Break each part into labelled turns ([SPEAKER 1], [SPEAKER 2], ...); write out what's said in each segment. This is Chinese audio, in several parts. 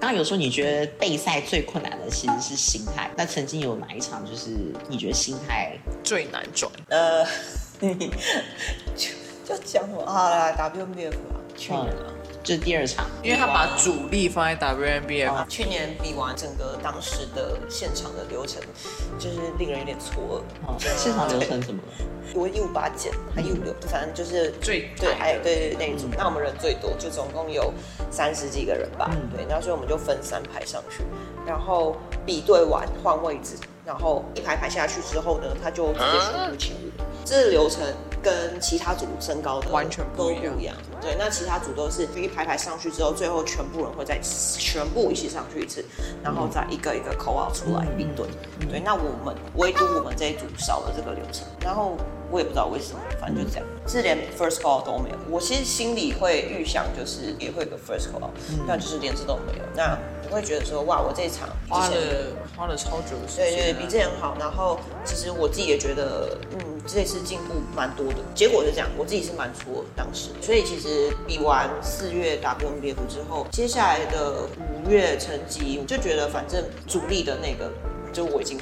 [SPEAKER 1] 那有时候你觉得备赛最困难的其实是心态。那曾经有哪一场就是你觉得心态
[SPEAKER 2] 最难转。
[SPEAKER 3] 呃，你就就讲我好啦 WMF 啊，去年啊。
[SPEAKER 1] 就是第二场？
[SPEAKER 2] 因为他把主力放在 WNBA 嘛，
[SPEAKER 3] 去年比完整个当时的现场的流程，就是令人有点错愕。
[SPEAKER 1] 哦现场流程怎么了？
[SPEAKER 3] 我一五八减，还一五六，反正就是
[SPEAKER 2] 最
[SPEAKER 3] 对，
[SPEAKER 2] 矮
[SPEAKER 3] 还
[SPEAKER 2] 的嗯
[SPEAKER 3] 有对对那一组。那我们人最多，就总共有三十几个人吧。
[SPEAKER 2] 嗯
[SPEAKER 3] 对，然后所以我们就分三排上去，然后比对完换位置，然后一排排下去之后呢，他就直接
[SPEAKER 2] 啊
[SPEAKER 3] 宣布前五。这流程跟其他组身高的
[SPEAKER 2] 完全不
[SPEAKER 3] 都
[SPEAKER 2] 一样
[SPEAKER 3] 不一样。对，那其他组都是一排排上去之后，最后全部人会再全部一起上去一次，然后再一个一个扣号出来并队。对，那我们唯独我们这一组少了这个流程，然后我也不知道为什么，反正就这样，是连 first call 都没有。我其实心里会预想，就是也会有个 first call，那就是连这都没有，那我会觉得说，哇，我这一场之
[SPEAKER 2] 花
[SPEAKER 3] 前
[SPEAKER 2] 了花了超久的时
[SPEAKER 3] 对对，
[SPEAKER 2] 间啊，
[SPEAKER 3] 比之前好。然后其实我自己也觉得，嗯，这次进步蛮多的。结果是这样，我自己是蛮挫当时。所以其实比完四月 WNBF 之后，接下来的五月成绩，我就觉得反正主力的那个，就我已经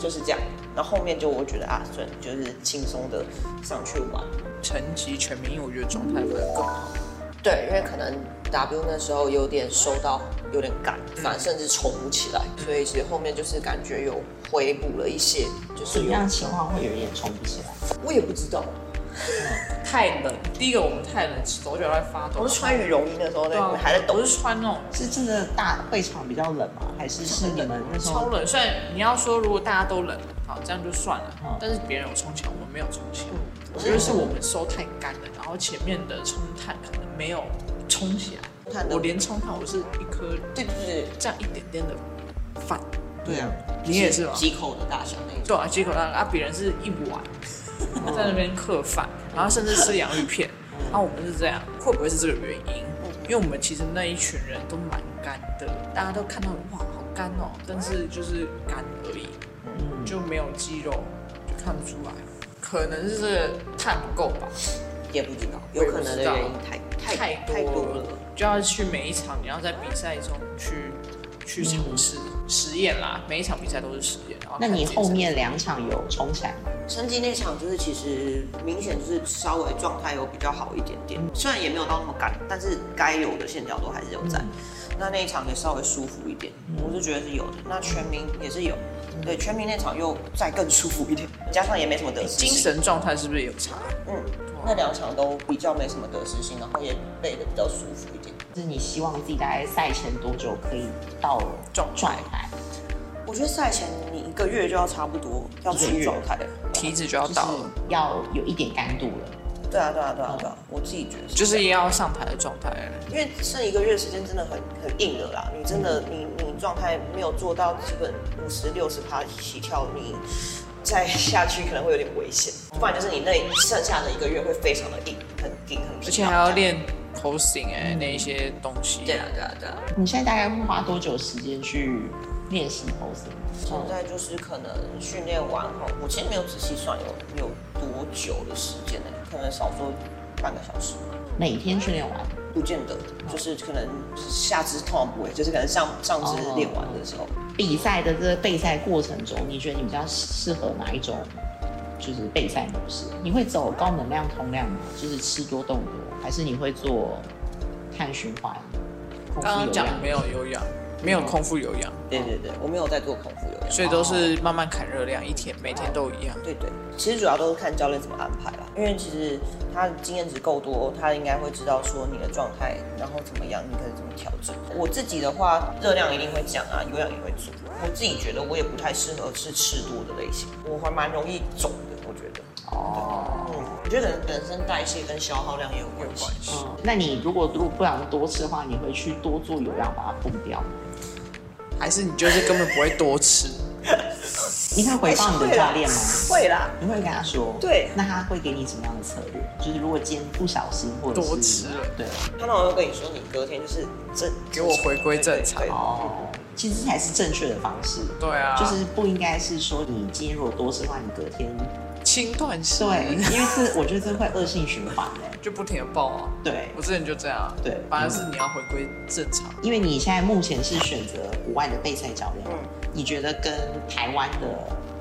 [SPEAKER 3] 就是这样。然后后面就我觉得啊，算了就是轻松的上去玩。
[SPEAKER 2] 成绩全民，我觉得状态会更好。
[SPEAKER 3] 对，因为可能 W 那时候有点收到有点赶，反正甚至冲不起来，所以其实后面就是感觉有回补了一些，就是
[SPEAKER 1] 什
[SPEAKER 3] 有
[SPEAKER 1] 么样的情况会有一点冲不起来？
[SPEAKER 3] 我也不知道，
[SPEAKER 2] 太冷，第一个我们太冷，手脚在发抖。
[SPEAKER 3] 我是穿羽绒衣的时候在
[SPEAKER 2] 对啊，
[SPEAKER 3] 还在抖嗯
[SPEAKER 2] 我，是穿那种
[SPEAKER 1] 是真的大会场比较冷吗？还是是你们那时
[SPEAKER 2] 超
[SPEAKER 1] 候？
[SPEAKER 2] 冷，虽然你要说如果大家都冷，好这样就算了，
[SPEAKER 1] 嗯
[SPEAKER 2] 但是别人有冲起来，我们没有冲起来，
[SPEAKER 3] 嗯
[SPEAKER 2] 我觉得是我们收太干了，然后前面的冲碳可能没有冲起来
[SPEAKER 3] 看，到
[SPEAKER 2] 我连冲碳我是一颗
[SPEAKER 3] 对对对，
[SPEAKER 2] 这样一点点的饭，
[SPEAKER 1] 对啊，
[SPEAKER 2] 你也是吗？
[SPEAKER 3] 几口的大小那种。
[SPEAKER 2] 对啊，几口蛋啊，别人是一碗
[SPEAKER 1] 哦
[SPEAKER 2] 在那边嗑饭，然后甚至吃洋芋片，然后我们是这样，会不会是这个原因？因为我们其实那一群人都蛮干的，大家都看到哇好干哦，但是就是干而已，
[SPEAKER 1] 嗯，
[SPEAKER 2] 就没有肌肉，就看不出来，可能是这个碳不够吧，
[SPEAKER 3] 也不知道，有可能的原因太
[SPEAKER 2] 太
[SPEAKER 3] 太多
[SPEAKER 2] 了
[SPEAKER 3] 了。，
[SPEAKER 2] 就要去每一场，你要在比赛中去去尝试实验啦，每一场比赛都是实验。然后
[SPEAKER 1] 那你
[SPEAKER 2] 看自己
[SPEAKER 1] 后面两场有冲起来吗？
[SPEAKER 3] 升级那场就是其实明显就是稍微状态有比较好一点点，虽然也没有到那么干，但是该有的线条都还是有在。那那一场也稍微舒服一点，我是觉得是有的。那全民也是有，对全民那场又再更舒服一点，加上也没什么得失
[SPEAKER 2] 精
[SPEAKER 3] 心
[SPEAKER 2] 神状态是不是有差？
[SPEAKER 3] 嗯，那两场都比较没什么得失心，然后也背的比较舒服一点。
[SPEAKER 1] 就是你希望自己大概赛前多久可以到
[SPEAKER 2] 状态
[SPEAKER 1] 状态？
[SPEAKER 3] 我觉得赛前你一个月就要差不多要出状态了。
[SPEAKER 2] 体脂就要
[SPEAKER 1] 就是
[SPEAKER 2] 到了，
[SPEAKER 1] 要有一点干度了。
[SPEAKER 3] 对啊，对啊，对啊，对啊，我自己觉得
[SPEAKER 2] 就是
[SPEAKER 3] 这样
[SPEAKER 2] 也要上台的状态。
[SPEAKER 3] 因为剩一个月时间真的很很硬了啦。你真的你你状态没有做到基本五十六十趴起跳，你再下去可能会有点危险。不然就是你那剩下的一个月会非常的硬，很硬很疲劳
[SPEAKER 2] 而且还要。练 posing 哎、那一些东西、
[SPEAKER 3] 对啊，对啊，对啊。
[SPEAKER 1] 你现在大概会花多久时间去练习 pose？
[SPEAKER 3] 现在就是可能训练完后，我其实没有仔细算有有多久的时间呢、可能少说半个小时。
[SPEAKER 1] 哦每天训练完，
[SPEAKER 3] 不见得，
[SPEAKER 1] 哦
[SPEAKER 3] 就是可能下肢通常不会，就是可能上上肢练完的时候，
[SPEAKER 1] 比赛的这个备赛过程中，你觉得你比较适合哪一种？就是备赛模式，你会走高能量通量吗？就是吃多动多，还是你会做碳循环？空
[SPEAKER 2] 刚
[SPEAKER 1] 腹
[SPEAKER 2] 刚
[SPEAKER 1] 有
[SPEAKER 2] 讲
[SPEAKER 1] 氧
[SPEAKER 2] 没有有氧，没有空腹有氧，
[SPEAKER 3] 对对
[SPEAKER 1] 哦
[SPEAKER 3] 对，我没有在做空腹有氧。
[SPEAKER 2] 所以都是慢慢砍热量，一天每天都一样。
[SPEAKER 3] 对对，其实主要都是看教练怎么安排啦，因为其实他经验值够多，他应该会知道说你的状态，然后怎么样，你可以怎么调整。我自己的话，热量一定会降啊，有氧也会做。我自己觉得我也不太适合是吃多的类型，我还蛮容易肿的，我觉得。
[SPEAKER 1] 哦。
[SPEAKER 3] 嗯，我觉得可能本身代谢跟消耗量也有关系。
[SPEAKER 1] 嗯，那你如果如果不想多吃的话，你会去多做有氧把它补掉吗？
[SPEAKER 2] 还是你就是根本不会多吃，
[SPEAKER 1] 你看回放你的教练吗？
[SPEAKER 3] 哎会啦，
[SPEAKER 1] 你会跟他说，
[SPEAKER 3] 对
[SPEAKER 1] 那他会给你什么样的策略？就是如果今天不小心或者是
[SPEAKER 2] 多吃了
[SPEAKER 1] 对，
[SPEAKER 3] 他那我就跟你说，你隔天就是正
[SPEAKER 2] 给我回归正常
[SPEAKER 3] 对对对
[SPEAKER 1] 哦，其实才是正确的方式。
[SPEAKER 2] 对啊
[SPEAKER 1] 就是不应该是说你今天如果多吃的话，你隔天
[SPEAKER 2] 心断食，
[SPEAKER 1] 对，因为是我觉得这会恶性循环的，
[SPEAKER 2] 就不停的爆啊。
[SPEAKER 1] 对
[SPEAKER 2] 我之前就这样啊，
[SPEAKER 1] 对，嗯
[SPEAKER 2] 反而是你要回归正常。
[SPEAKER 1] 因为你现在目前是选择国外的备赛教练，你觉得跟台湾的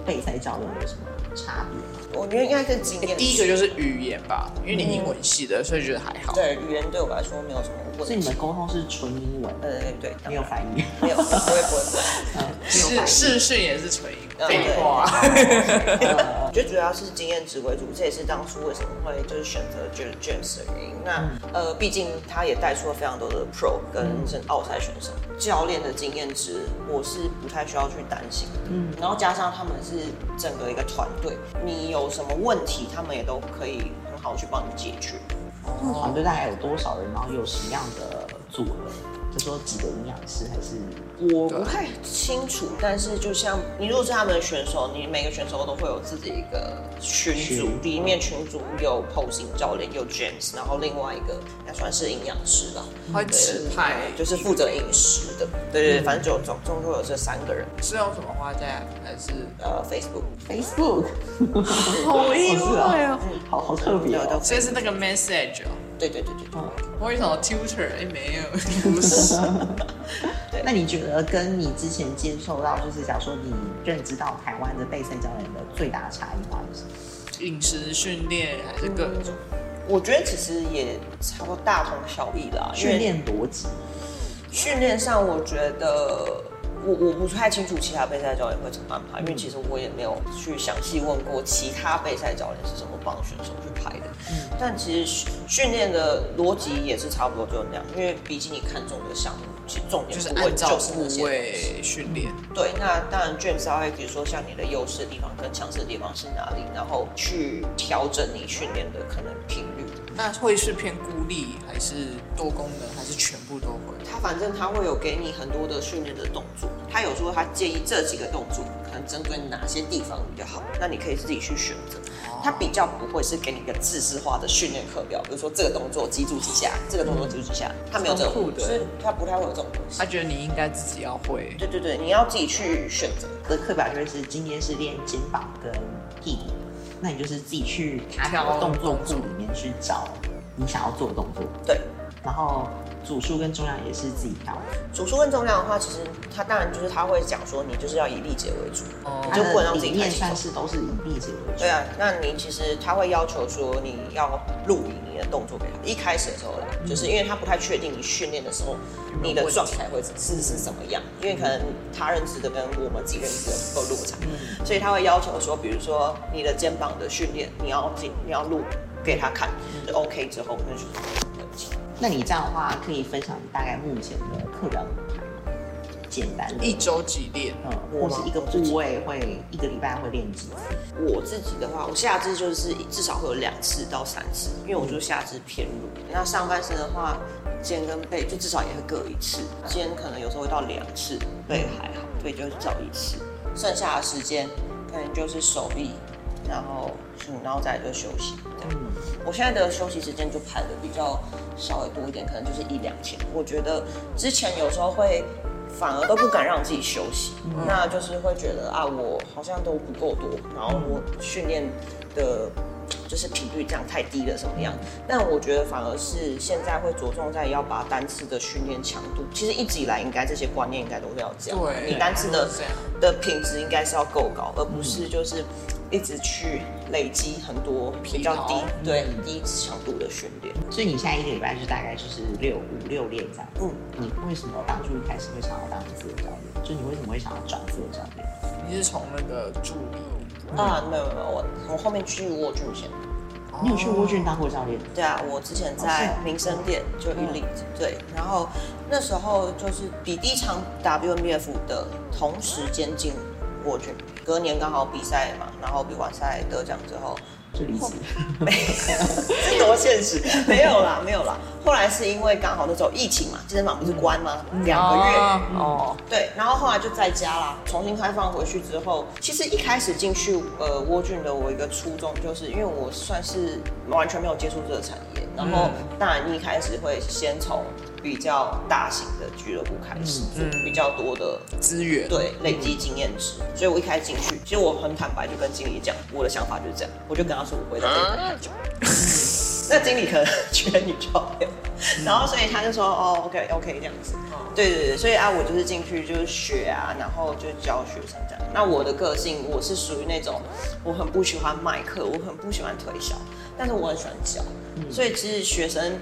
[SPEAKER 1] 备赛教练有什么差别？
[SPEAKER 3] 我觉得应该是经验。
[SPEAKER 2] 第一个就是语言吧，因为你英文系的，所以觉得还好。
[SPEAKER 3] 对语言对我来说没有什么
[SPEAKER 1] 所
[SPEAKER 3] 问
[SPEAKER 1] 以
[SPEAKER 3] 题。
[SPEAKER 1] 你们沟通是纯英文，
[SPEAKER 3] 呃，对，嗯
[SPEAKER 1] 没有翻译。
[SPEAKER 3] 没有，不会不会不会。
[SPEAKER 1] 没有
[SPEAKER 2] 视
[SPEAKER 1] 反应
[SPEAKER 2] 视讯也是纯英
[SPEAKER 3] 嗯
[SPEAKER 2] 废话啊，
[SPEAKER 3] 我觉得主要是经验值为主，这也是当初为什么会就是选择 j a James 的原因。那、呃，毕竟他也带出了非常多的 Pro 跟是奥赛选手，教练的经验值我是不太需要去担心的。嗯，然后加上他们是整个一个团队，你有什么问题，他们也都可以很好地去帮你解决。
[SPEAKER 1] 那个团队大概有多少人？然后有什么样的组合？就说几个营养师还是？
[SPEAKER 3] 我不太清楚，但是就像你如果是他们的选手，你每个选手都会有自己一个群组，
[SPEAKER 1] 群
[SPEAKER 3] 里面群组有 posing 教练，有 James，然后另外一个也算是营养师吧，
[SPEAKER 2] 会指派
[SPEAKER 3] 就是负责饮食的。对对对，反正就总总共有这三个人。
[SPEAKER 2] 是用什么花架还是？
[SPEAKER 3] 呃，Facebook
[SPEAKER 1] Facebook，
[SPEAKER 2] 好意
[SPEAKER 1] 外
[SPEAKER 2] 哦！
[SPEAKER 1] 啊嗯好好特别哦。
[SPEAKER 2] 所以是那个 message 哦，
[SPEAKER 3] 对对对对对，
[SPEAKER 2] 我一想到 tutor 哎没有，不是，
[SPEAKER 1] 那你觉得跟你之前接受到，就是假如说你认知到台湾的备赛教练的最大的差异化是什么？
[SPEAKER 2] 饮食训练还是各种，
[SPEAKER 3] 我觉得其实也差不多大同小异啦。因为
[SPEAKER 1] 训练逻辑，
[SPEAKER 3] 训练上，我觉得我我不太清楚其他备赛教练会怎么安排，因为其实我也没有去详细问过其他备赛教练是怎么帮选手去排的。
[SPEAKER 2] 嗯
[SPEAKER 3] 但其实训训练的逻辑也是差不多就那样，因为毕竟你看中的项目，其实重点
[SPEAKER 2] 就是
[SPEAKER 3] 部位
[SPEAKER 2] 按照
[SPEAKER 3] 就是那
[SPEAKER 2] 部
[SPEAKER 3] 些东西
[SPEAKER 2] 位训练。
[SPEAKER 3] 对，那当然 James 他会比如说像你的优势的地方跟强势的地方是哪里，然后去调整你训练的可能频率。
[SPEAKER 2] 那会是偏孤立，还是多功能，还是全部都会？
[SPEAKER 3] 他反正他会有给你很多的训练的动作，他有说他建议这几个动作可能针对哪些地方比较好，那你可以自己去选择。他比较不会是给你一个自式化的训练课表，比如说这个动作脊柱几下，这个动作脊柱几下，他没有这
[SPEAKER 2] 超酷
[SPEAKER 3] 种，
[SPEAKER 2] 的
[SPEAKER 3] 就是他不太会有这种东西
[SPEAKER 2] 他。觉得你应该自己要会，
[SPEAKER 3] 对对对，你要自己去选择。
[SPEAKER 1] 我的课表就会是今天是练肩膀跟屁股，那你就是自己去他
[SPEAKER 2] 挑
[SPEAKER 1] 的动作
[SPEAKER 2] 动作
[SPEAKER 1] 库里面去找你想要做的动作，
[SPEAKER 3] 对，
[SPEAKER 1] 然后组数跟重量也是自己挑，
[SPEAKER 3] 主数问重量的话，其实他当然就是他会讲说，你就是要以力竭为主，
[SPEAKER 2] 哦
[SPEAKER 3] 你就不
[SPEAKER 1] 它
[SPEAKER 3] 能让
[SPEAKER 1] 的
[SPEAKER 3] 自己
[SPEAKER 1] 理
[SPEAKER 3] 太
[SPEAKER 1] 念
[SPEAKER 3] 轻
[SPEAKER 1] 算
[SPEAKER 3] 松
[SPEAKER 1] 是都是以力竭为主
[SPEAKER 3] 对。啊，那你其实他会要求说你要录影你的动作给他，一开始的时候啦，就是因为他不太确定你训练的时候你的状态会是是是什么样，因为可能他认知的跟我们自己认知的不够落差，所以他会要求说，比如说你的肩膀的训练，你要进你要录给他看就，OK 之后那就没问题。
[SPEAKER 1] 那你这样的话，可以分享你大概目前的课表怎么排吗？简单的
[SPEAKER 2] 一，周几练，
[SPEAKER 1] 嗯，或是一个部位会一个礼拜会练几次？
[SPEAKER 3] 我自己的话，我下肢就是至少会有两次到三次，因为我就下肢偏弱。那上半身的话，肩跟背就至少也会各一次，肩可能有时候会到两次，背还好，背就是至少一次。剩下的时间可能就是手臂，然后胸，然后再就休息。这样我现在的休息时间就排的比较稍微多一点，可能就是一两天。我觉得之前有时候会反而都不敢让自己休息，那就是会觉得啊，我好像都不够多，然后我训练的。就是频率这样太低了，什么样？但我觉得反而是现在会着重在要把单次的训练强度，其实一直以来应该这些观念应该都是要这样，
[SPEAKER 2] 对
[SPEAKER 3] 你单次
[SPEAKER 2] 都
[SPEAKER 3] 的
[SPEAKER 2] 是这样
[SPEAKER 3] 的品质应该是要够高，而不
[SPEAKER 1] 嗯
[SPEAKER 3] 是就是一直去累积很多比较低
[SPEAKER 2] 疲劳
[SPEAKER 3] 对
[SPEAKER 1] 嗯
[SPEAKER 3] 低强度的训练。
[SPEAKER 1] 所以你现在一个礼拜就大概就是六五六练这样。
[SPEAKER 3] 嗯，
[SPEAKER 1] 你为什么当初一开始会想要当自由教练？就你为什么会想要转自由教练？
[SPEAKER 2] 你是从那个助理，
[SPEAKER 1] 嗯
[SPEAKER 3] 啊，没有没有，我我后面去沃郡先。
[SPEAKER 1] 你有去沃郡当过教练？
[SPEAKER 3] 对啊，我之前
[SPEAKER 1] 哦是
[SPEAKER 3] 在
[SPEAKER 1] 哦
[SPEAKER 3] 民生店就一领、对，然后那时候就是比第一场 WNBF 的同时间进沃郡，隔年刚好比赛嘛，然后比完赛得奖之 后，
[SPEAKER 1] 就离职？
[SPEAKER 3] 这多现实，没有啦，没有啦。后来是因为刚好那时候疫情嘛，健身房不是关吗？
[SPEAKER 1] 嗯
[SPEAKER 3] 两、个月。
[SPEAKER 2] 哦，
[SPEAKER 3] 对，然后后来就在家啦。重新开放回去之后，其实一开始进去呃沃郡的我一个初衷，就是因为我
[SPEAKER 2] 嗯
[SPEAKER 3] 算是完全没有接触这个产业，然后当然你一开始会先从比较大型的俱乐部开始，
[SPEAKER 2] 嗯
[SPEAKER 3] 就比较多的
[SPEAKER 2] 资源，
[SPEAKER 3] 对累积经验值。所以我一开始进去，其实我很坦白就跟经理讲我的想法就是这样，我就跟他说我不会在这里待太久。 那经理可能 觉得你漂亮，然后所以他就说哦，OK OK 这样子。对对对，所以啊，我就是进去就是学啊，然后就教学生这样。那我的个性我是属于那种我很不喜欢卖课，我很不喜欢推销，但是我很喜欢教。所以其实学生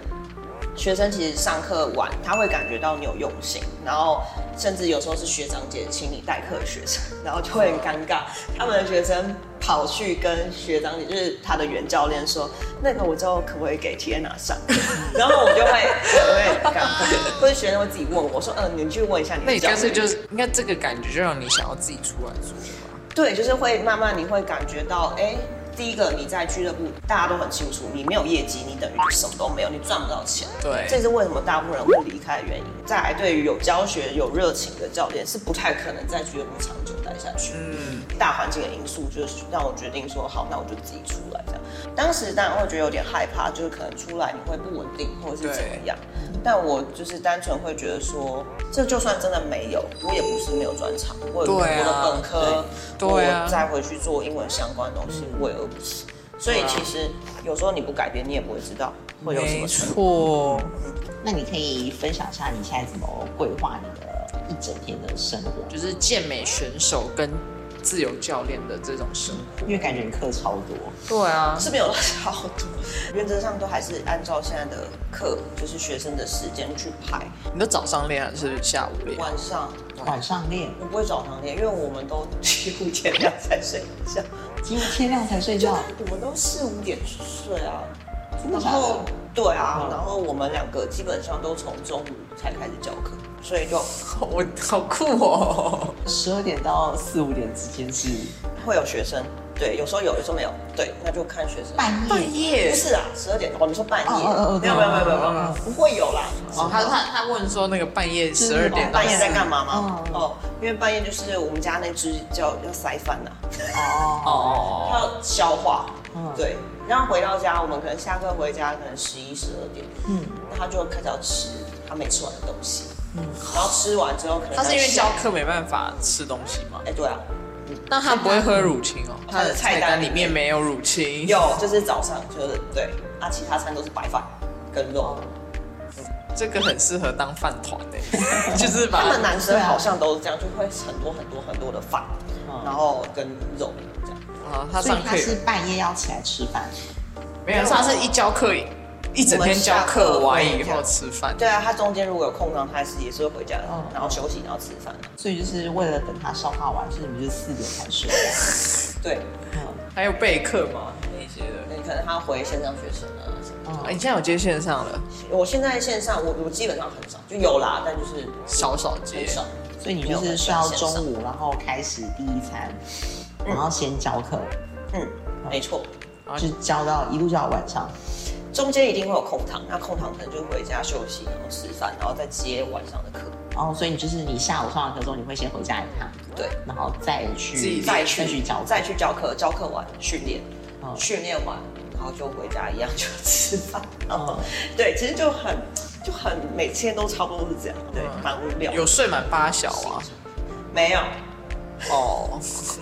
[SPEAKER 3] 学生其实上课晚，他会感觉到你有用心，然后甚至有时候是学长姐请你代课的学生，然后就会很尴尬。他们的学生跑去跟学长姐，就是他的原教练说：“那个我之后可不可以给 Tina 上？” 然后我就会我会很尴尬，或者学生会自己问我说：“嗯、你去问一下你
[SPEAKER 2] 那
[SPEAKER 3] 的
[SPEAKER 2] 你
[SPEAKER 3] 教
[SPEAKER 2] 干脆
[SPEAKER 3] 练。
[SPEAKER 2] 就是，应该这个感觉就让你想要自己出来做吧。”
[SPEAKER 3] 对，就是会慢慢你会感觉到，哎、第一个，你在俱乐部大家都很清楚，你没有业绩，你等于就什么都没有，你赚不到钱。这
[SPEAKER 2] 对，
[SPEAKER 3] 是为什么大部分人会离开的原因。再来，对于有教学、有热情的教练，是不太可能在俱乐部长久待下去。
[SPEAKER 2] 嗯，
[SPEAKER 3] 大环境的因素就是让我决定说，好，那我就自己出来这样。当时当然会觉得有点害怕，就是可能出来你会不稳定，或者是怎么样。
[SPEAKER 2] 嗯
[SPEAKER 3] 但我就是单纯会觉得说，这就算真的没有，我也不是没有专长，我有我
[SPEAKER 2] 对啊
[SPEAKER 3] 的本科，
[SPEAKER 2] 对对啊
[SPEAKER 3] 我再回去做英文相关的东西，我也饿不死。所以其实有时候你不改变，你也不会知道会有什
[SPEAKER 2] 啊没
[SPEAKER 3] 么成果
[SPEAKER 2] 错，
[SPEAKER 1] 那你可以分享一下你现在怎么规划你的一整天的生活，
[SPEAKER 2] 就是健美选手跟自由教练的这种生活。
[SPEAKER 1] 因为感觉你课超多，
[SPEAKER 2] 对啊，
[SPEAKER 3] 是没有好多，原则上都还是按照现在的课，就是学生的时间去排。
[SPEAKER 2] 你都早上练还是下午练？
[SPEAKER 3] 晚上
[SPEAKER 1] 晚上练，
[SPEAKER 3] 我不会早上练，因为我们都几乎天亮才睡觉，
[SPEAKER 1] 几乎天亮才睡
[SPEAKER 3] 就
[SPEAKER 1] 觉，
[SPEAKER 3] 我们都四五点睡啊。
[SPEAKER 1] 真的
[SPEAKER 3] 然
[SPEAKER 1] 假
[SPEAKER 3] 后
[SPEAKER 1] 的？
[SPEAKER 3] 对啊，
[SPEAKER 1] 嗯
[SPEAKER 3] 然后我们两个基本上都从中午才开始教课，所以就
[SPEAKER 2] 我好酷哦！
[SPEAKER 1] 十二点到四五点之间是
[SPEAKER 3] 会有学生。对，有时候有，有时候没有。对，那就看学生。
[SPEAKER 1] 半夜，
[SPEAKER 2] 半夜
[SPEAKER 3] 不是啊，十二点，我们说半夜，
[SPEAKER 1] 哦哦哦
[SPEAKER 3] 没有没有没有没有没有，没
[SPEAKER 2] 哦
[SPEAKER 3] 有不会有啦。
[SPEAKER 2] 哦，他他他问说那个半夜
[SPEAKER 1] 是
[SPEAKER 2] 十二点到
[SPEAKER 3] 半夜在干嘛吗
[SPEAKER 1] 哦？
[SPEAKER 3] 哦，因为半夜就是我们家那只叫要塞饭呐、
[SPEAKER 1] 哦，
[SPEAKER 2] 哦，
[SPEAKER 3] 它要消化
[SPEAKER 1] 嗯。
[SPEAKER 3] 对，然后回到家，我们可能下课回家，可能十一、十二点，嗯，那他就开始要吃他没吃完的东西，嗯，然后吃完之后可能
[SPEAKER 2] 他是因为
[SPEAKER 3] 在
[SPEAKER 2] 教课没办法吃东西吗？
[SPEAKER 3] 哎，对啊，
[SPEAKER 2] 那他不会喝乳清哦，
[SPEAKER 3] 他的菜单
[SPEAKER 2] 里面没有乳清。
[SPEAKER 3] 有就是早上就是对，啊，其他餐都是白饭跟肉，
[SPEAKER 1] 啊
[SPEAKER 2] 这个很适合当饭团诶，就是把
[SPEAKER 3] 他们男生好像都是这样，就会很多很多很多的饭，
[SPEAKER 1] 嗯
[SPEAKER 3] 然后跟肉这样。
[SPEAKER 2] 啊，他
[SPEAKER 1] 所以
[SPEAKER 2] 上课
[SPEAKER 1] 他
[SPEAKER 2] 也
[SPEAKER 1] 是半夜要起来吃饭，
[SPEAKER 2] 没有，他是一教课一整天教课完以后吃饭。
[SPEAKER 3] 对啊，他中间如果有空档，他还是也是会回家的
[SPEAKER 1] 嗯，
[SPEAKER 3] 然后休息，然后吃饭。
[SPEAKER 1] 所以就是为了等他消化完，所以你们就四点才 睡。
[SPEAKER 3] 对，
[SPEAKER 1] 嗯
[SPEAKER 2] 还有备课嘛那些的。
[SPEAKER 3] 那可能他回线上学生啊什么。
[SPEAKER 1] 嗯
[SPEAKER 2] 哎，你现在有接线上了，
[SPEAKER 3] 我现在线上，我我基本上很少，就有啦，但就是
[SPEAKER 2] 少少接
[SPEAKER 3] 很。少。
[SPEAKER 1] 所以你就是睡到中午，然后开始第一餐，然后先教课，
[SPEAKER 3] 嗯，没错，
[SPEAKER 1] 就教到一路教到晚上。
[SPEAKER 3] 中间一定会有空堂，那空堂可能就回家休息，然后吃饭，然后再接晚上的课。
[SPEAKER 1] 然后所以你就是你下午上完课之后，你会先回家一趟，
[SPEAKER 3] 对，
[SPEAKER 1] 然后再去
[SPEAKER 2] 自己
[SPEAKER 3] 再
[SPEAKER 1] 再去
[SPEAKER 3] 去
[SPEAKER 1] 教课
[SPEAKER 3] 再去教课，教课完训练，
[SPEAKER 1] 嗯
[SPEAKER 3] 训练完然后就回家一样就吃饭。
[SPEAKER 1] 嗯
[SPEAKER 3] 对，其实就很就很每天都差不多是这样，对，
[SPEAKER 1] 嗯
[SPEAKER 3] 蛮无聊的。
[SPEAKER 2] 有睡满八小啊？
[SPEAKER 3] 没有？
[SPEAKER 2] 哦，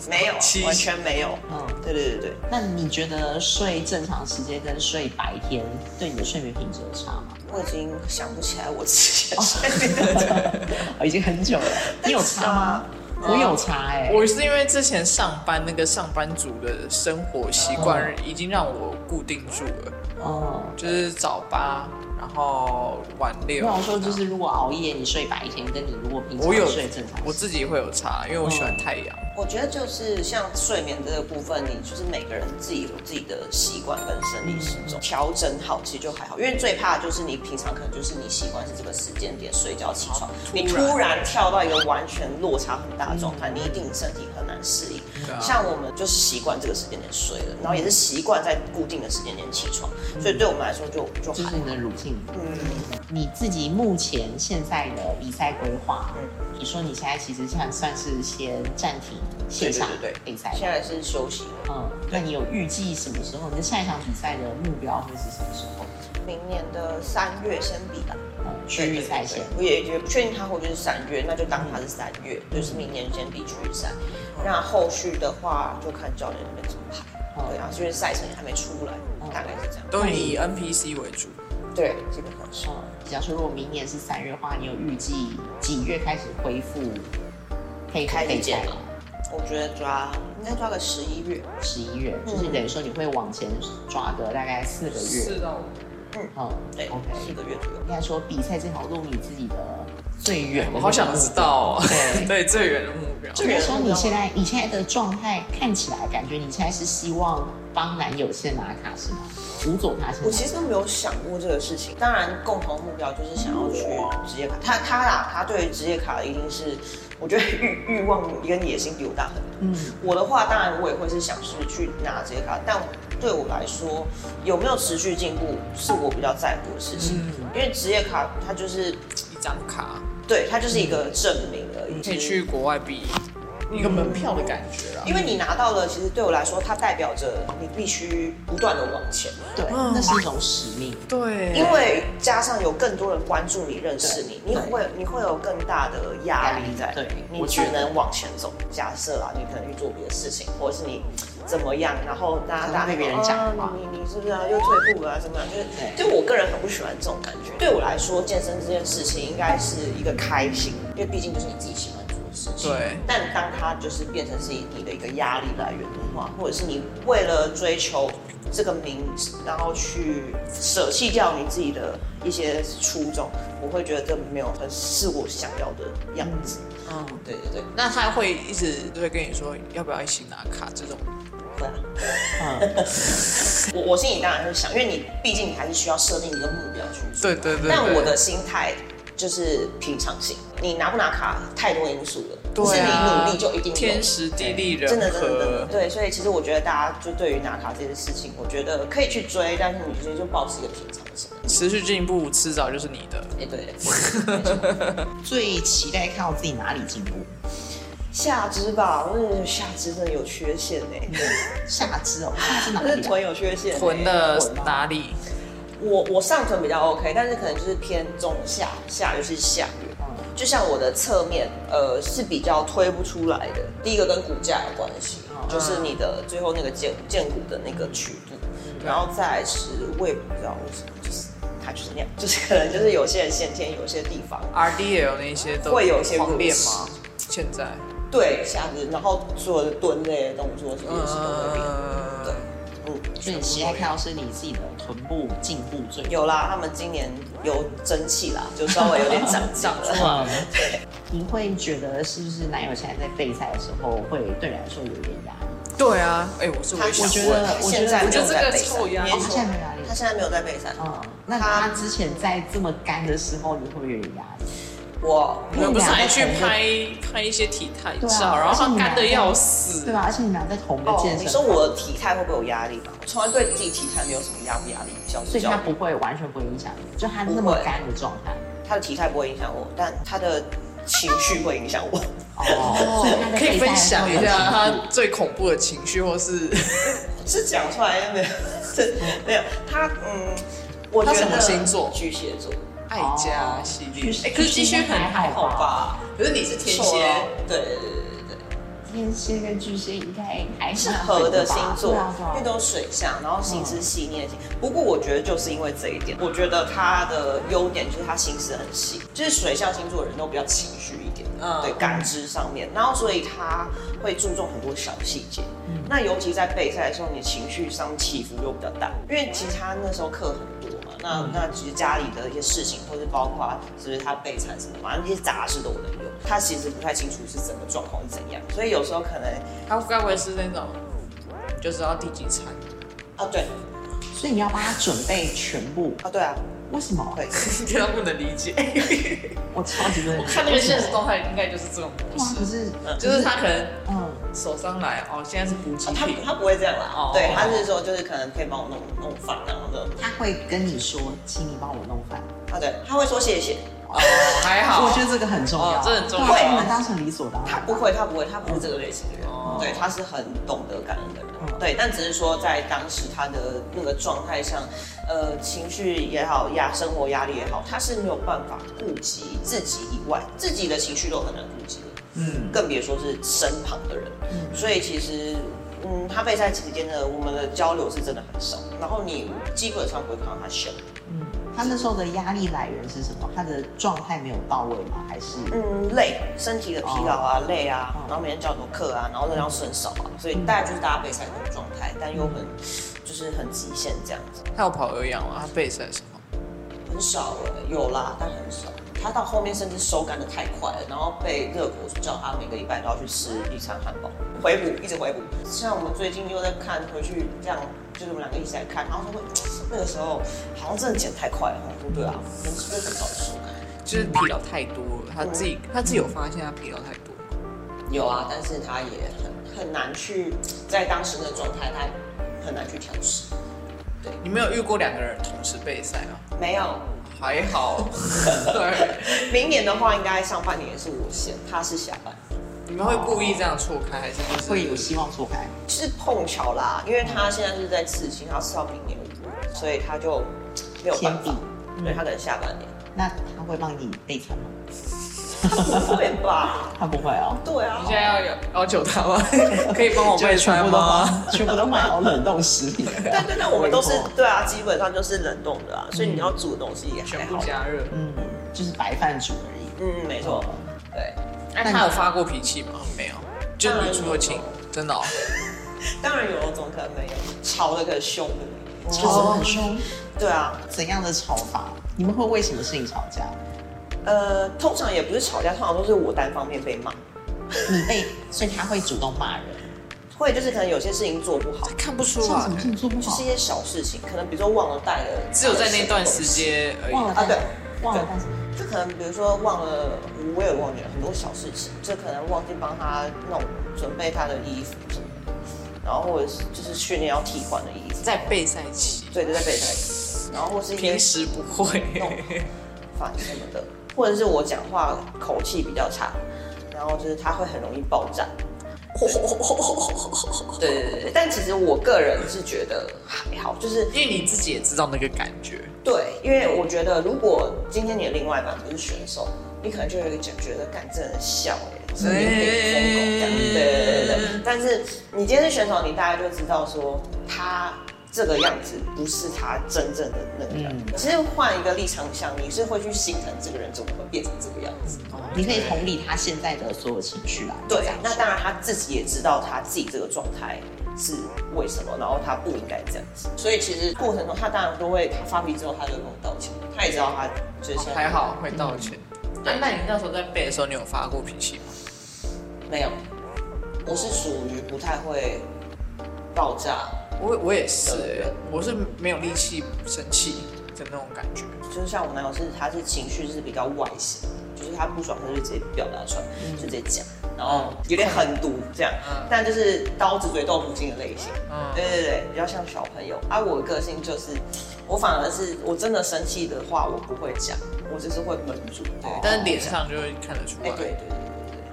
[SPEAKER 3] 没
[SPEAKER 1] 啊
[SPEAKER 3] 有
[SPEAKER 2] 七，
[SPEAKER 3] 完全没有。
[SPEAKER 1] 嗯。
[SPEAKER 3] 对对对对，
[SPEAKER 1] 那你觉得睡正常时间跟睡白天对你的睡眠品质有差吗？
[SPEAKER 3] 我已经想不起来我之前睡的。
[SPEAKER 1] 哦已经很久了，你有差吗？我有差哎、
[SPEAKER 2] 我是因为之前上班那个上班族的生活习惯已经让我固定住了，
[SPEAKER 1] 哦、
[SPEAKER 2] 就是早八，然后晚
[SPEAKER 1] 我
[SPEAKER 2] 六。
[SPEAKER 1] 想说，就是如果熬夜你睡白天，跟你如果平常
[SPEAKER 2] 我有
[SPEAKER 1] 睡正常时，
[SPEAKER 2] 我自己会有差，因为我喜欢太阳。
[SPEAKER 1] 嗯
[SPEAKER 3] 我觉得就是像睡眠这个部分，你就是每个人自己有自己的习惯跟生理时钟，调整好其实就还好。因为最怕的就是你平常可能就是你习惯是这个时间点睡觉起床，
[SPEAKER 2] 突然
[SPEAKER 3] 你突然跳到一个完全落差很大的状态，你一定身体很难适应。
[SPEAKER 2] 对啊
[SPEAKER 3] 像我们就是习惯这个时间点睡了，然后也是习惯在固定的时间点起床，所以对我们来说就就
[SPEAKER 1] 就
[SPEAKER 3] 还
[SPEAKER 1] 是你
[SPEAKER 3] 好。
[SPEAKER 1] 的 routine。
[SPEAKER 3] 嗯。
[SPEAKER 1] 你自己目前现在的比赛规划，
[SPEAKER 3] 嗯
[SPEAKER 1] 你说你现在其实算算是先暂停线上
[SPEAKER 3] 对对对
[SPEAKER 1] 比赛，
[SPEAKER 3] 现在是休息了，
[SPEAKER 1] 嗯，那你有预计什么时候？你的下一场比赛的目标会是什么时候？
[SPEAKER 3] 明年的三月先比吧。
[SPEAKER 1] 嗯，区域嗯赛线。
[SPEAKER 3] 我也也不确定它会不会是三月，那就当它是三月，就是明年先比区域赛。那后续的话就看教练那边怎么排。
[SPEAKER 1] 嗯
[SPEAKER 3] 对啊，因为赛程也还没出来，大概是这样。
[SPEAKER 2] 都以 NPC 为主。
[SPEAKER 3] 对，基本上是。
[SPEAKER 1] 嗯，假如说如果明年是三月的话，你有预计几月开始恢复可以
[SPEAKER 3] 开始
[SPEAKER 1] 备赛
[SPEAKER 3] 见
[SPEAKER 1] 吗
[SPEAKER 3] 了？我觉得抓应该抓个十一月，
[SPEAKER 1] 十一月，
[SPEAKER 3] 嗯
[SPEAKER 1] 就是等于说你会往前抓个大概四个月。
[SPEAKER 2] 四到五。
[SPEAKER 1] 嗯，
[SPEAKER 3] 对
[SPEAKER 1] OK，
[SPEAKER 3] 四个月左右。
[SPEAKER 1] 应该说比赛这条路你自己的最远的那个目标。
[SPEAKER 2] 我好想知道哦。
[SPEAKER 1] 对
[SPEAKER 2] 对，最远的目标。
[SPEAKER 1] 就
[SPEAKER 3] 个
[SPEAKER 1] 是说你现在你现在的状态看起来，感觉你现在是希望帮男友先拿卡是吗？辅佐他是吗？
[SPEAKER 3] 我其实都没有想过这个事情。当然，共同目标就是想要去职业卡。他他啦，他对于职业卡一定是，我觉得欲欲望跟野心比我大很多。
[SPEAKER 1] 嗯
[SPEAKER 3] 我的话，当然我也会是想是去拿职业卡，但对我来说，有没有持续进步是我比较在乎的事情。
[SPEAKER 2] 嗯
[SPEAKER 3] 因为职业卡它就是，
[SPEAKER 2] 一张卡，
[SPEAKER 3] 对，它就是一个证明而已。
[SPEAKER 2] 嗯可以去国外比一个门票的感觉啊啦。
[SPEAKER 3] 嗯因为你拿到了，其实对我来说，它代表着你必须不断的往前。
[SPEAKER 1] 对，
[SPEAKER 2] 嗯
[SPEAKER 1] 那是一种使命。
[SPEAKER 2] 对，
[SPEAKER 3] 因为加上有更多人关注你、认识你，你会你会有更大的压力在，
[SPEAKER 1] 对
[SPEAKER 3] 你
[SPEAKER 1] 我
[SPEAKER 3] 只
[SPEAKER 1] 觉得
[SPEAKER 3] 能往前走。假设啊，你可能去做别的事情，或者是你怎么样，然后
[SPEAKER 1] 可
[SPEAKER 3] 大家
[SPEAKER 1] 能
[SPEAKER 3] 大
[SPEAKER 1] 被
[SPEAKER 3] 家
[SPEAKER 1] 别人
[SPEAKER 3] 说
[SPEAKER 1] 讲
[SPEAKER 3] 啊
[SPEAKER 1] 话
[SPEAKER 3] 你你你是不是啊又退步了、啊、什么样？就是就我个人很不喜欢这种感觉。对我来说，健身这件事情应该是一个开心，因为毕竟就是你自己喜欢做的事情。
[SPEAKER 2] 对
[SPEAKER 3] 但当它就是变成是你的一个压力来源的话，或者是你为了追求这个名，然后去舍弃掉你自己的一些初衷，我会觉得这没有很是我想要的样子。
[SPEAKER 2] 嗯，
[SPEAKER 3] 对对对，
[SPEAKER 2] 那他会一直就会跟你说要不要一起拿卡这种。
[SPEAKER 3] 会啊。
[SPEAKER 1] 嗯，
[SPEAKER 3] 我我心里当然会想，因为你毕竟你还是需要设定一个目标去做。
[SPEAKER 2] 对对对对
[SPEAKER 3] 但我的心态就是平常心，你拿不拿卡太多因素了，不是
[SPEAKER 2] 对
[SPEAKER 3] 你
[SPEAKER 2] 啊
[SPEAKER 3] 努力就一定有
[SPEAKER 2] 天时地利人和，
[SPEAKER 3] 真的真的真的对，所以其实我觉得大家就对于拿卡这件事情，我觉得可以去追，但是你直接就保持一个平常心。
[SPEAKER 2] 持续进步，迟早就是你的。
[SPEAKER 3] 哎、对，没错
[SPEAKER 1] 最期待看到自己哪里进步？
[SPEAKER 3] 下肢吧，我觉得下肢真的有缺陷哎、
[SPEAKER 1] 下肢哦，下肢哪
[SPEAKER 3] 但
[SPEAKER 1] 里啊？
[SPEAKER 3] 是臀有缺陷、欸，
[SPEAKER 2] 臀的
[SPEAKER 3] 臀吗
[SPEAKER 2] 哪里？
[SPEAKER 3] 我我上臀比较 OK，但是可能就是偏中下下，尤其是下缘。
[SPEAKER 1] 嗯
[SPEAKER 3] 就像我的侧面，呃，是比较推不出来的。第一个跟骨架有关系，
[SPEAKER 2] 哦
[SPEAKER 3] 就是你的最后那个胫胫骨的那个曲度，然后再来是我也不知道为什么，就是它就是那样，就是可能就是有些人先天，有些地方
[SPEAKER 2] RDL 那些都
[SPEAKER 3] 会有一些
[SPEAKER 2] 狂练
[SPEAKER 3] 弱
[SPEAKER 2] 吗？现在，
[SPEAKER 3] 对下肢，然后所有的蹲类的动作什么也是都会变。对
[SPEAKER 2] 嗯，
[SPEAKER 3] 嗯，
[SPEAKER 1] 所以你期待看到是你自己的臀部进步最
[SPEAKER 3] 有啦，他们今年有争气啦，就稍微有点长 进
[SPEAKER 2] 长
[SPEAKER 3] 了。
[SPEAKER 1] 嗯，你会觉得是不是男友现在在备赛的时候会对你来说有一点压力？
[SPEAKER 2] 对啊，哎，我是
[SPEAKER 3] 他
[SPEAKER 2] 我也想
[SPEAKER 1] 我觉
[SPEAKER 2] 问
[SPEAKER 1] 得，
[SPEAKER 3] 他现在没有在
[SPEAKER 2] 我觉得这个
[SPEAKER 3] 备
[SPEAKER 2] 臭
[SPEAKER 3] 赛，
[SPEAKER 2] 鸭
[SPEAKER 3] 没
[SPEAKER 2] 哦
[SPEAKER 1] 他
[SPEAKER 3] 错
[SPEAKER 1] 现在没有压力
[SPEAKER 3] 他。现在没有在备赛。
[SPEAKER 1] 嗯，那他之前在这么干的时候，你会不会有点压力？
[SPEAKER 3] 我
[SPEAKER 2] 你们不是还去
[SPEAKER 1] 你们俩
[SPEAKER 2] 拍拍一些体态
[SPEAKER 1] 对
[SPEAKER 2] 照，
[SPEAKER 1] 啊
[SPEAKER 2] 然后
[SPEAKER 1] 而且
[SPEAKER 2] 他
[SPEAKER 1] 你们
[SPEAKER 2] 干的
[SPEAKER 1] 俩
[SPEAKER 2] 要死，
[SPEAKER 1] 对吧？啊而且你们俩在同一个
[SPEAKER 3] 哦
[SPEAKER 1] 健，身
[SPEAKER 3] 你
[SPEAKER 1] 房，
[SPEAKER 3] 说我的体态会不会有压力嘛？我从来对自己体态没有什么压不压力，小时
[SPEAKER 1] 所以
[SPEAKER 3] 教
[SPEAKER 1] 他不会完全不会影响你，就他那
[SPEAKER 3] 不
[SPEAKER 1] 么
[SPEAKER 3] 会
[SPEAKER 1] 干的状态。
[SPEAKER 3] 他的体态不会影响我，但他的情绪会影响我。
[SPEAKER 1] 哦，所以他在
[SPEAKER 2] 可以
[SPEAKER 1] 备赛
[SPEAKER 2] 分
[SPEAKER 1] 的时候
[SPEAKER 2] 享一
[SPEAKER 1] 有
[SPEAKER 2] 下
[SPEAKER 1] 进步
[SPEAKER 2] 他最恐怖的情绪，或是
[SPEAKER 3] 是讲出来没有？是没有。他嗯，我觉
[SPEAKER 2] 他
[SPEAKER 3] 得
[SPEAKER 2] 什么星座
[SPEAKER 3] 巨蟹座，
[SPEAKER 2] 爱家系列
[SPEAKER 1] 巨蟹。
[SPEAKER 2] 哎，可是巨蟹很
[SPEAKER 1] 还
[SPEAKER 3] 好
[SPEAKER 1] 好
[SPEAKER 3] 吧？
[SPEAKER 2] 可是你是天
[SPEAKER 3] 瘦
[SPEAKER 2] 蝎
[SPEAKER 3] 啊，对对对对对。
[SPEAKER 1] 天蝎跟巨蟹应该还是
[SPEAKER 3] 是合的星座，
[SPEAKER 1] 对啊对啊
[SPEAKER 3] 因为都是水象，然后心思细腻的心。不过我觉得就是因为这一点，我觉得他的优点就是他心思很细，就是水象星座的人都比较情绪一点，
[SPEAKER 2] 嗯
[SPEAKER 3] 对感知上面，然后所以他会注重很多小细节。那尤其在备赛的时候，你情绪上起伏就比较大，因为其实他那时候课很多嘛，那那其实家里的一些事情，或是包括是不是他备产什么，反正那些杂事都能用。他其实不太清楚是整个状况是怎样，所以有时候可能
[SPEAKER 2] 他该不会是那种你就知道第几餐？
[SPEAKER 3] 啊对
[SPEAKER 1] 所以你要帮他准备全部。
[SPEAKER 3] 啊对啊，
[SPEAKER 1] 为什么？
[SPEAKER 3] 会。
[SPEAKER 2] 你他不能理解。
[SPEAKER 1] 我超级不能理解。
[SPEAKER 2] 看那个现实动态，应该就是这种模
[SPEAKER 1] 哇，可
[SPEAKER 2] 式，
[SPEAKER 1] 是
[SPEAKER 2] 就是他可能
[SPEAKER 1] 嗯，
[SPEAKER 2] 手上来哦，现在是补给
[SPEAKER 3] 他
[SPEAKER 2] 品，
[SPEAKER 3] 他不会这样啦，
[SPEAKER 2] 哦
[SPEAKER 3] 对，他是说就是可能可以帮我弄弄饭啊，然后的，
[SPEAKER 1] 他会跟你说，请你帮我弄饭。
[SPEAKER 3] 啊对，他会说谢谢，
[SPEAKER 1] 话。
[SPEAKER 2] 哦还好，
[SPEAKER 1] 我觉得这个很重要，
[SPEAKER 2] 哦这很重要
[SPEAKER 1] 对不能当成理所当
[SPEAKER 3] 他
[SPEAKER 1] 然。
[SPEAKER 3] 不会，他不会，他不是这个类型的人，
[SPEAKER 2] 哦
[SPEAKER 3] 对，他是很懂得感恩的人，
[SPEAKER 1] 嗯
[SPEAKER 3] 对，但只是说在当时他的那个状态上，呃，情绪也好，压生活压力也好，他是没有办法顾及自己以外，自己的情绪都很难顾及的，
[SPEAKER 1] 嗯，
[SPEAKER 3] 更别说是身旁的人，所以其实。嗯，他被赛期间的我们的交流是真的很少，然后你基本上不会看到他笑。
[SPEAKER 1] 嗯他那时候的压力来源是什么？他的状态没有到位吗？还是
[SPEAKER 3] 嗯，累，身体的疲劳啊，累啊
[SPEAKER 1] 哦，嗯
[SPEAKER 3] 然后每天教很多课啊，然后热量吃很少啊，所以大概就是大家备赛那种状态，但又很就是很极限这样子，
[SPEAKER 2] 他有跑有氧吗？他背是什么？
[SPEAKER 3] 很少欸有啦，但很少。他到后面甚至收干的太快了，然后被热狗叫他每个礼拜都要去吃一餐汉堡，回补一直回补。像我们最近又在看回去这样，就是我们两个一起来看，然后他说那个时候好像真的减太快了，我说对啊，真的很少吃。
[SPEAKER 2] 就是疲劳太多了，他自己他自己有发现他疲劳太多吗。
[SPEAKER 3] 有啊，但是他也很很难去在当时的状态，他很难去调试。
[SPEAKER 2] 你没有遇过两个人同时备赛吗？
[SPEAKER 3] 没有，
[SPEAKER 2] 还好， 对，
[SPEAKER 3] 明年的话应该上半年是我先，他是下半。
[SPEAKER 2] 你们会故意这样错开，还是就是
[SPEAKER 1] 会有希望错开？
[SPEAKER 3] 是碰巧啦，因为他现在是在刺青，他刺到明年五月，所以他就没有办
[SPEAKER 1] 先
[SPEAKER 3] 法
[SPEAKER 1] 比，
[SPEAKER 3] 对他可能下 半年
[SPEAKER 1] 那他会帮你备餐吗？
[SPEAKER 3] 不会吧？
[SPEAKER 1] 他不会哦。
[SPEAKER 3] 对啊
[SPEAKER 2] 你，现在要有要求他 吗？可以帮我备
[SPEAKER 1] 全
[SPEAKER 2] 穿
[SPEAKER 1] 部都
[SPEAKER 2] 吗？
[SPEAKER 1] 买，全部都买好冷冻食品。
[SPEAKER 3] 对 对对，我们都是对啊，基本上就是冷冻的啊，所以你要煮的东西也
[SPEAKER 2] 嗯
[SPEAKER 3] 还
[SPEAKER 2] 全部
[SPEAKER 3] 好。
[SPEAKER 2] 加哦热。
[SPEAKER 1] 嗯，就是白饭煮而已。
[SPEAKER 3] 嗯，没错，对。
[SPEAKER 2] 那哎他有发过脾气吗？没有，就是你出了情，真的哦。
[SPEAKER 3] 当然有那种可能没有，吵得很凶的，
[SPEAKER 1] 吵
[SPEAKER 2] 哦
[SPEAKER 1] 得很凶，
[SPEAKER 3] 对啊，
[SPEAKER 1] 怎样的吵法？你们会为什么事情吵架？
[SPEAKER 3] 呃，通常也不是吵架，通常都是我单方面被骂，
[SPEAKER 1] 你被，所以他会主动骂人。
[SPEAKER 3] 会就是可能有些事情做不好
[SPEAKER 2] 他，看不出啊
[SPEAKER 1] 像
[SPEAKER 2] 来
[SPEAKER 1] 什么，事情做不
[SPEAKER 3] 啊就
[SPEAKER 1] 好
[SPEAKER 3] 是一？些小事情，可能比如说忘了带了，
[SPEAKER 2] 只有在那段时间而
[SPEAKER 1] 忘了
[SPEAKER 2] 已。
[SPEAKER 1] 带
[SPEAKER 3] 啊对
[SPEAKER 1] 忘了带什
[SPEAKER 3] 就可能比如说忘了，我也忘记了很多小事情，就可能忘记帮他弄准备他的衣服什么的，然后或者是就是训练要替换的衣服，
[SPEAKER 2] 在备赛期，
[SPEAKER 3] 对，就在备胎，然后或是一些
[SPEAKER 2] 平时不会。
[SPEAKER 3] 饭什么的，或者是我讲话口气比较差，然后就是他会很容易爆炸。对对对对，但其实我个人是觉得还好，就是
[SPEAKER 2] 因为你自己也知道那个感觉，
[SPEAKER 3] 对，因为我觉得如果今天你的另外一半不是选手，你可能就有一个感觉得，干真的很笑哎、欸，真的有点疯狗这样。对对对对对，但是你今天是选手，你大概就知道说他。这个样子不是他真正的那个样子。其实换一个立场想，你是会去心疼这个人怎么会变成这个样子。
[SPEAKER 1] 么？你可以同理他现在的所有情绪啊啦。
[SPEAKER 3] 对，那当然他自己也知道他自己这个状态是为什么，然后他不应该这样子。所以其实过程中，他当然都会，他发脾气之后，他就跟我道歉，他也知哦道他就是现在
[SPEAKER 2] 还好会道歉。那那你那时候在背的时候，你有发过脾气吗？
[SPEAKER 3] 没有，我是属于不太会爆炸，
[SPEAKER 2] 我我也是、欸，我是没有力气生气的那种感觉。
[SPEAKER 3] 就是像我男友是，他是情绪是比较外显，就是他不爽他就直接表达出来，就直接讲，然后有点狠毒这样，
[SPEAKER 2] 嗯
[SPEAKER 3] 但就是刀子嘴豆腐心的类型。
[SPEAKER 2] 嗯，
[SPEAKER 3] 对对对，比较像小朋友。啊，我的个性就是，我反而是我真的生气的话，我不会讲，我就是会闷住。对，
[SPEAKER 2] 但是脸上就会看得出
[SPEAKER 3] 哎、
[SPEAKER 2] 来。
[SPEAKER 3] 对对对对对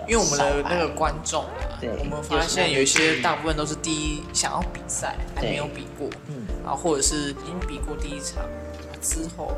[SPEAKER 2] 因为我们的那个观众啊，
[SPEAKER 1] 对
[SPEAKER 2] 我们发现有一些大部分都是第一想要比赛还
[SPEAKER 1] 对
[SPEAKER 2] 没有比过，
[SPEAKER 1] 嗯
[SPEAKER 2] 然后或者是已经比过第一场之后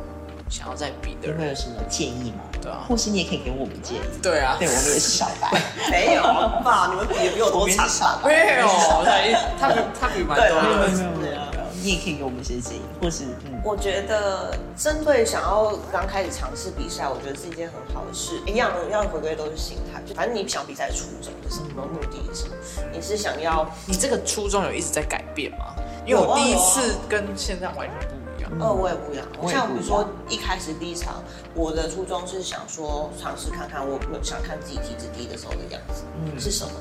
[SPEAKER 2] 想要再比
[SPEAKER 1] 你
[SPEAKER 2] 的人，
[SPEAKER 1] 会有什么建议吗？
[SPEAKER 2] 对啊
[SPEAKER 1] 或是你也可以给我们建议。
[SPEAKER 2] 对啊，
[SPEAKER 1] 嗯对，我们也是小 白，
[SPEAKER 3] 对，没有吧？你们比也比我多惨啊吧？
[SPEAKER 2] 没有，他他比他比蛮
[SPEAKER 3] 对啊
[SPEAKER 2] 多的，
[SPEAKER 3] 对啊。
[SPEAKER 1] 你也可以给我们一些建议，或是嗯，
[SPEAKER 3] 我觉得针对想要刚开始尝试比赛，我觉得是一件很好的事。一样要回归都是心态，就反正你想比赛初衷是什么，目的是什么，你是想要
[SPEAKER 2] 你这个初衷有一直在改变吗？因为我
[SPEAKER 1] 啊
[SPEAKER 2] 第一次跟现在完全不一样。
[SPEAKER 3] 呃，我也不一样。
[SPEAKER 1] 我也
[SPEAKER 3] 像
[SPEAKER 1] 不
[SPEAKER 3] 比如
[SPEAKER 1] 一
[SPEAKER 3] 说
[SPEAKER 1] 样
[SPEAKER 3] 一开始第一场，我的初衷是想说尝试看看，我们想看自己体脂低的时候的样子、
[SPEAKER 2] 嗯
[SPEAKER 3] 是什么。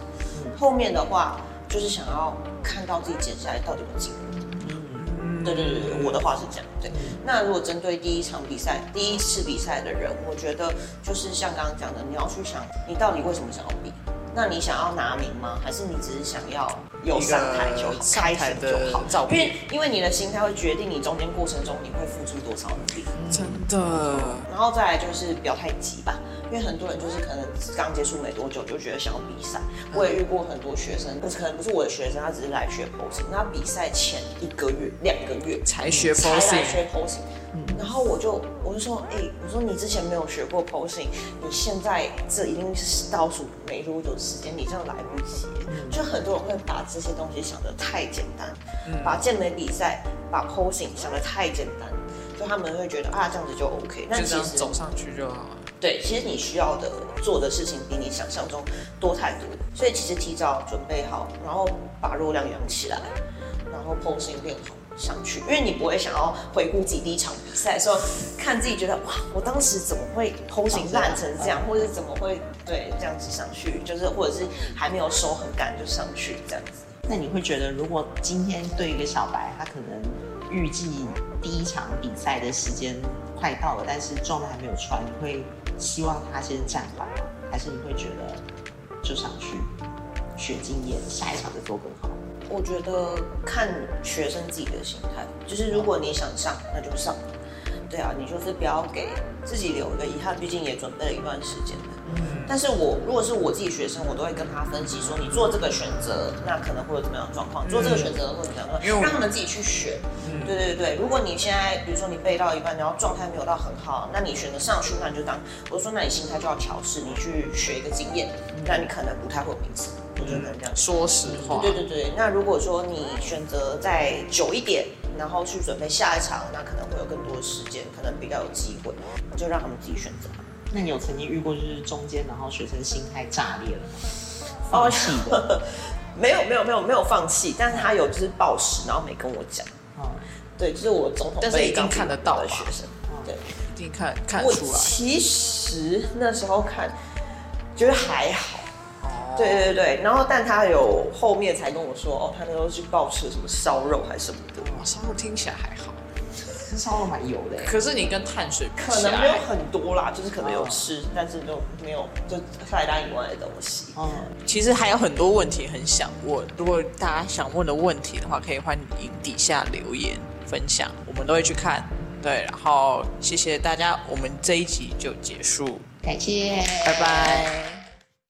[SPEAKER 3] 后面的话就是想要看到自己减下来到底有没有进步。
[SPEAKER 2] 嗯
[SPEAKER 3] 对对对对，我的话是这样。对，那如果针对第一场比赛、第一次比赛的人，我觉得就是像刚刚讲的，你要去想你到底为什么想要比。那你想要拿名吗？还是你只是想要有上台就
[SPEAKER 2] 一
[SPEAKER 3] 好
[SPEAKER 2] 个，上
[SPEAKER 3] 开
[SPEAKER 2] 台
[SPEAKER 3] 选
[SPEAKER 2] 的
[SPEAKER 3] 就好？
[SPEAKER 2] 照
[SPEAKER 3] 因
[SPEAKER 2] 片
[SPEAKER 3] 为因为你的心态会决定你中间过程中你会付出多少努力。
[SPEAKER 2] 真的，
[SPEAKER 3] 然后再来就是不要太急吧，因为很多人就是可能刚接触没多久就觉得想要比赛。我也遇过很多学生，不是可能不是我的学生，他只是来学 posing，那比赛前一个月、两个月
[SPEAKER 2] 才学
[SPEAKER 3] 才来
[SPEAKER 2] posing，
[SPEAKER 3] 学 posing。然后我就我就说，哎、我说你之前没有学过 posing，你现在这已经是倒数没多久的时间，你这样来不及。
[SPEAKER 2] 嗯
[SPEAKER 3] 就很多人会把这些东西想得太简单，
[SPEAKER 2] 嗯
[SPEAKER 3] 把健美比赛、把 posing 想得太简单，就他们会觉得啊这样子就 OK，但
[SPEAKER 2] 就
[SPEAKER 3] 其
[SPEAKER 2] 这样
[SPEAKER 3] 实
[SPEAKER 2] 走上去就好了。
[SPEAKER 3] 对，其实你需要的做的事情比你想象中多太多，所以其实提早准备好，然后把热量养起来，然后 posing 练好上去，因为你不会想要回顾自己第一场比赛的时候，看自己觉得哇，我当时怎么会 posing 烂成这样，或者是怎么会对这样子上去，就是或者是还没有手很赶就上去这样子。
[SPEAKER 1] 那你会觉得，如果今天对一个小白，他可能预计第一场比赛的时间快到了，但是状态还没有出来，你会希望他先暂缓吗？还是你会觉得就想去学经验，下一场再做更好？
[SPEAKER 3] 我觉得看学生自己的心态，就是如果你想上，那就上。对啊，你就是不要给自己留一个遗憾，毕竟也准备了一段时间了。
[SPEAKER 2] 嗯
[SPEAKER 3] 但是我如果是我自己学生，我都会跟他分析说，你做这个选择，那可能会有怎么样的状况；做这个选择会有怎么样的
[SPEAKER 2] 嗯因为
[SPEAKER 3] 状
[SPEAKER 2] 我
[SPEAKER 3] 况，让他们自己去选。
[SPEAKER 2] 嗯
[SPEAKER 3] 对对对，如果你现在比如说你背到一半，然后状态没有到很好，那你选择上去，那你就当我说，那你心态就要调试，你去学一个经验，
[SPEAKER 2] 嗯
[SPEAKER 3] 那你可能不太会有名次。我觉得可能这样。
[SPEAKER 2] 说实话，
[SPEAKER 3] 对对对，那如果说你选择再久一点，然后去准备下一场，那可能会有更多的时间，可能比较有机会，就让他们自己选择。
[SPEAKER 1] 那你有曾经遇过就是中间然后学生心态炸裂了吗？
[SPEAKER 2] 哦
[SPEAKER 1] 放弃的，
[SPEAKER 3] 没有没有没有没有放弃，但是他有就是暴食，然后没跟我讲。
[SPEAKER 1] 嗯，
[SPEAKER 3] 对，就是我总统
[SPEAKER 2] 但是
[SPEAKER 3] 杯
[SPEAKER 2] 一定
[SPEAKER 3] 刚
[SPEAKER 2] 看得到
[SPEAKER 3] 的
[SPEAKER 2] 吧
[SPEAKER 3] 学生。对，
[SPEAKER 2] 一定看看
[SPEAKER 3] 我
[SPEAKER 2] 得出来。
[SPEAKER 3] 其实那时候看觉得还好。
[SPEAKER 2] 哦
[SPEAKER 3] 对对对，然后但他有后面才跟我说，哦，他那时候去暴吃什么烧肉还是什么的，
[SPEAKER 2] 哇，烧肉听起来还好，
[SPEAKER 1] 这烧肉蛮油的、欸，
[SPEAKER 2] 可是你跟碳水比
[SPEAKER 3] 可
[SPEAKER 2] 起
[SPEAKER 3] 能没有
[SPEAKER 2] 来，
[SPEAKER 3] 很多啦，就是可能有吃，但是就没有就菜单以外的东西。
[SPEAKER 1] 嗯，
[SPEAKER 2] 其实还有很多问题很想问。如果大家想问的问题的话，可以欢迎底下留言分享，我们都会去看。对，然后谢谢大家，我们这一集就结束，
[SPEAKER 1] 感谢，
[SPEAKER 2] 拜拜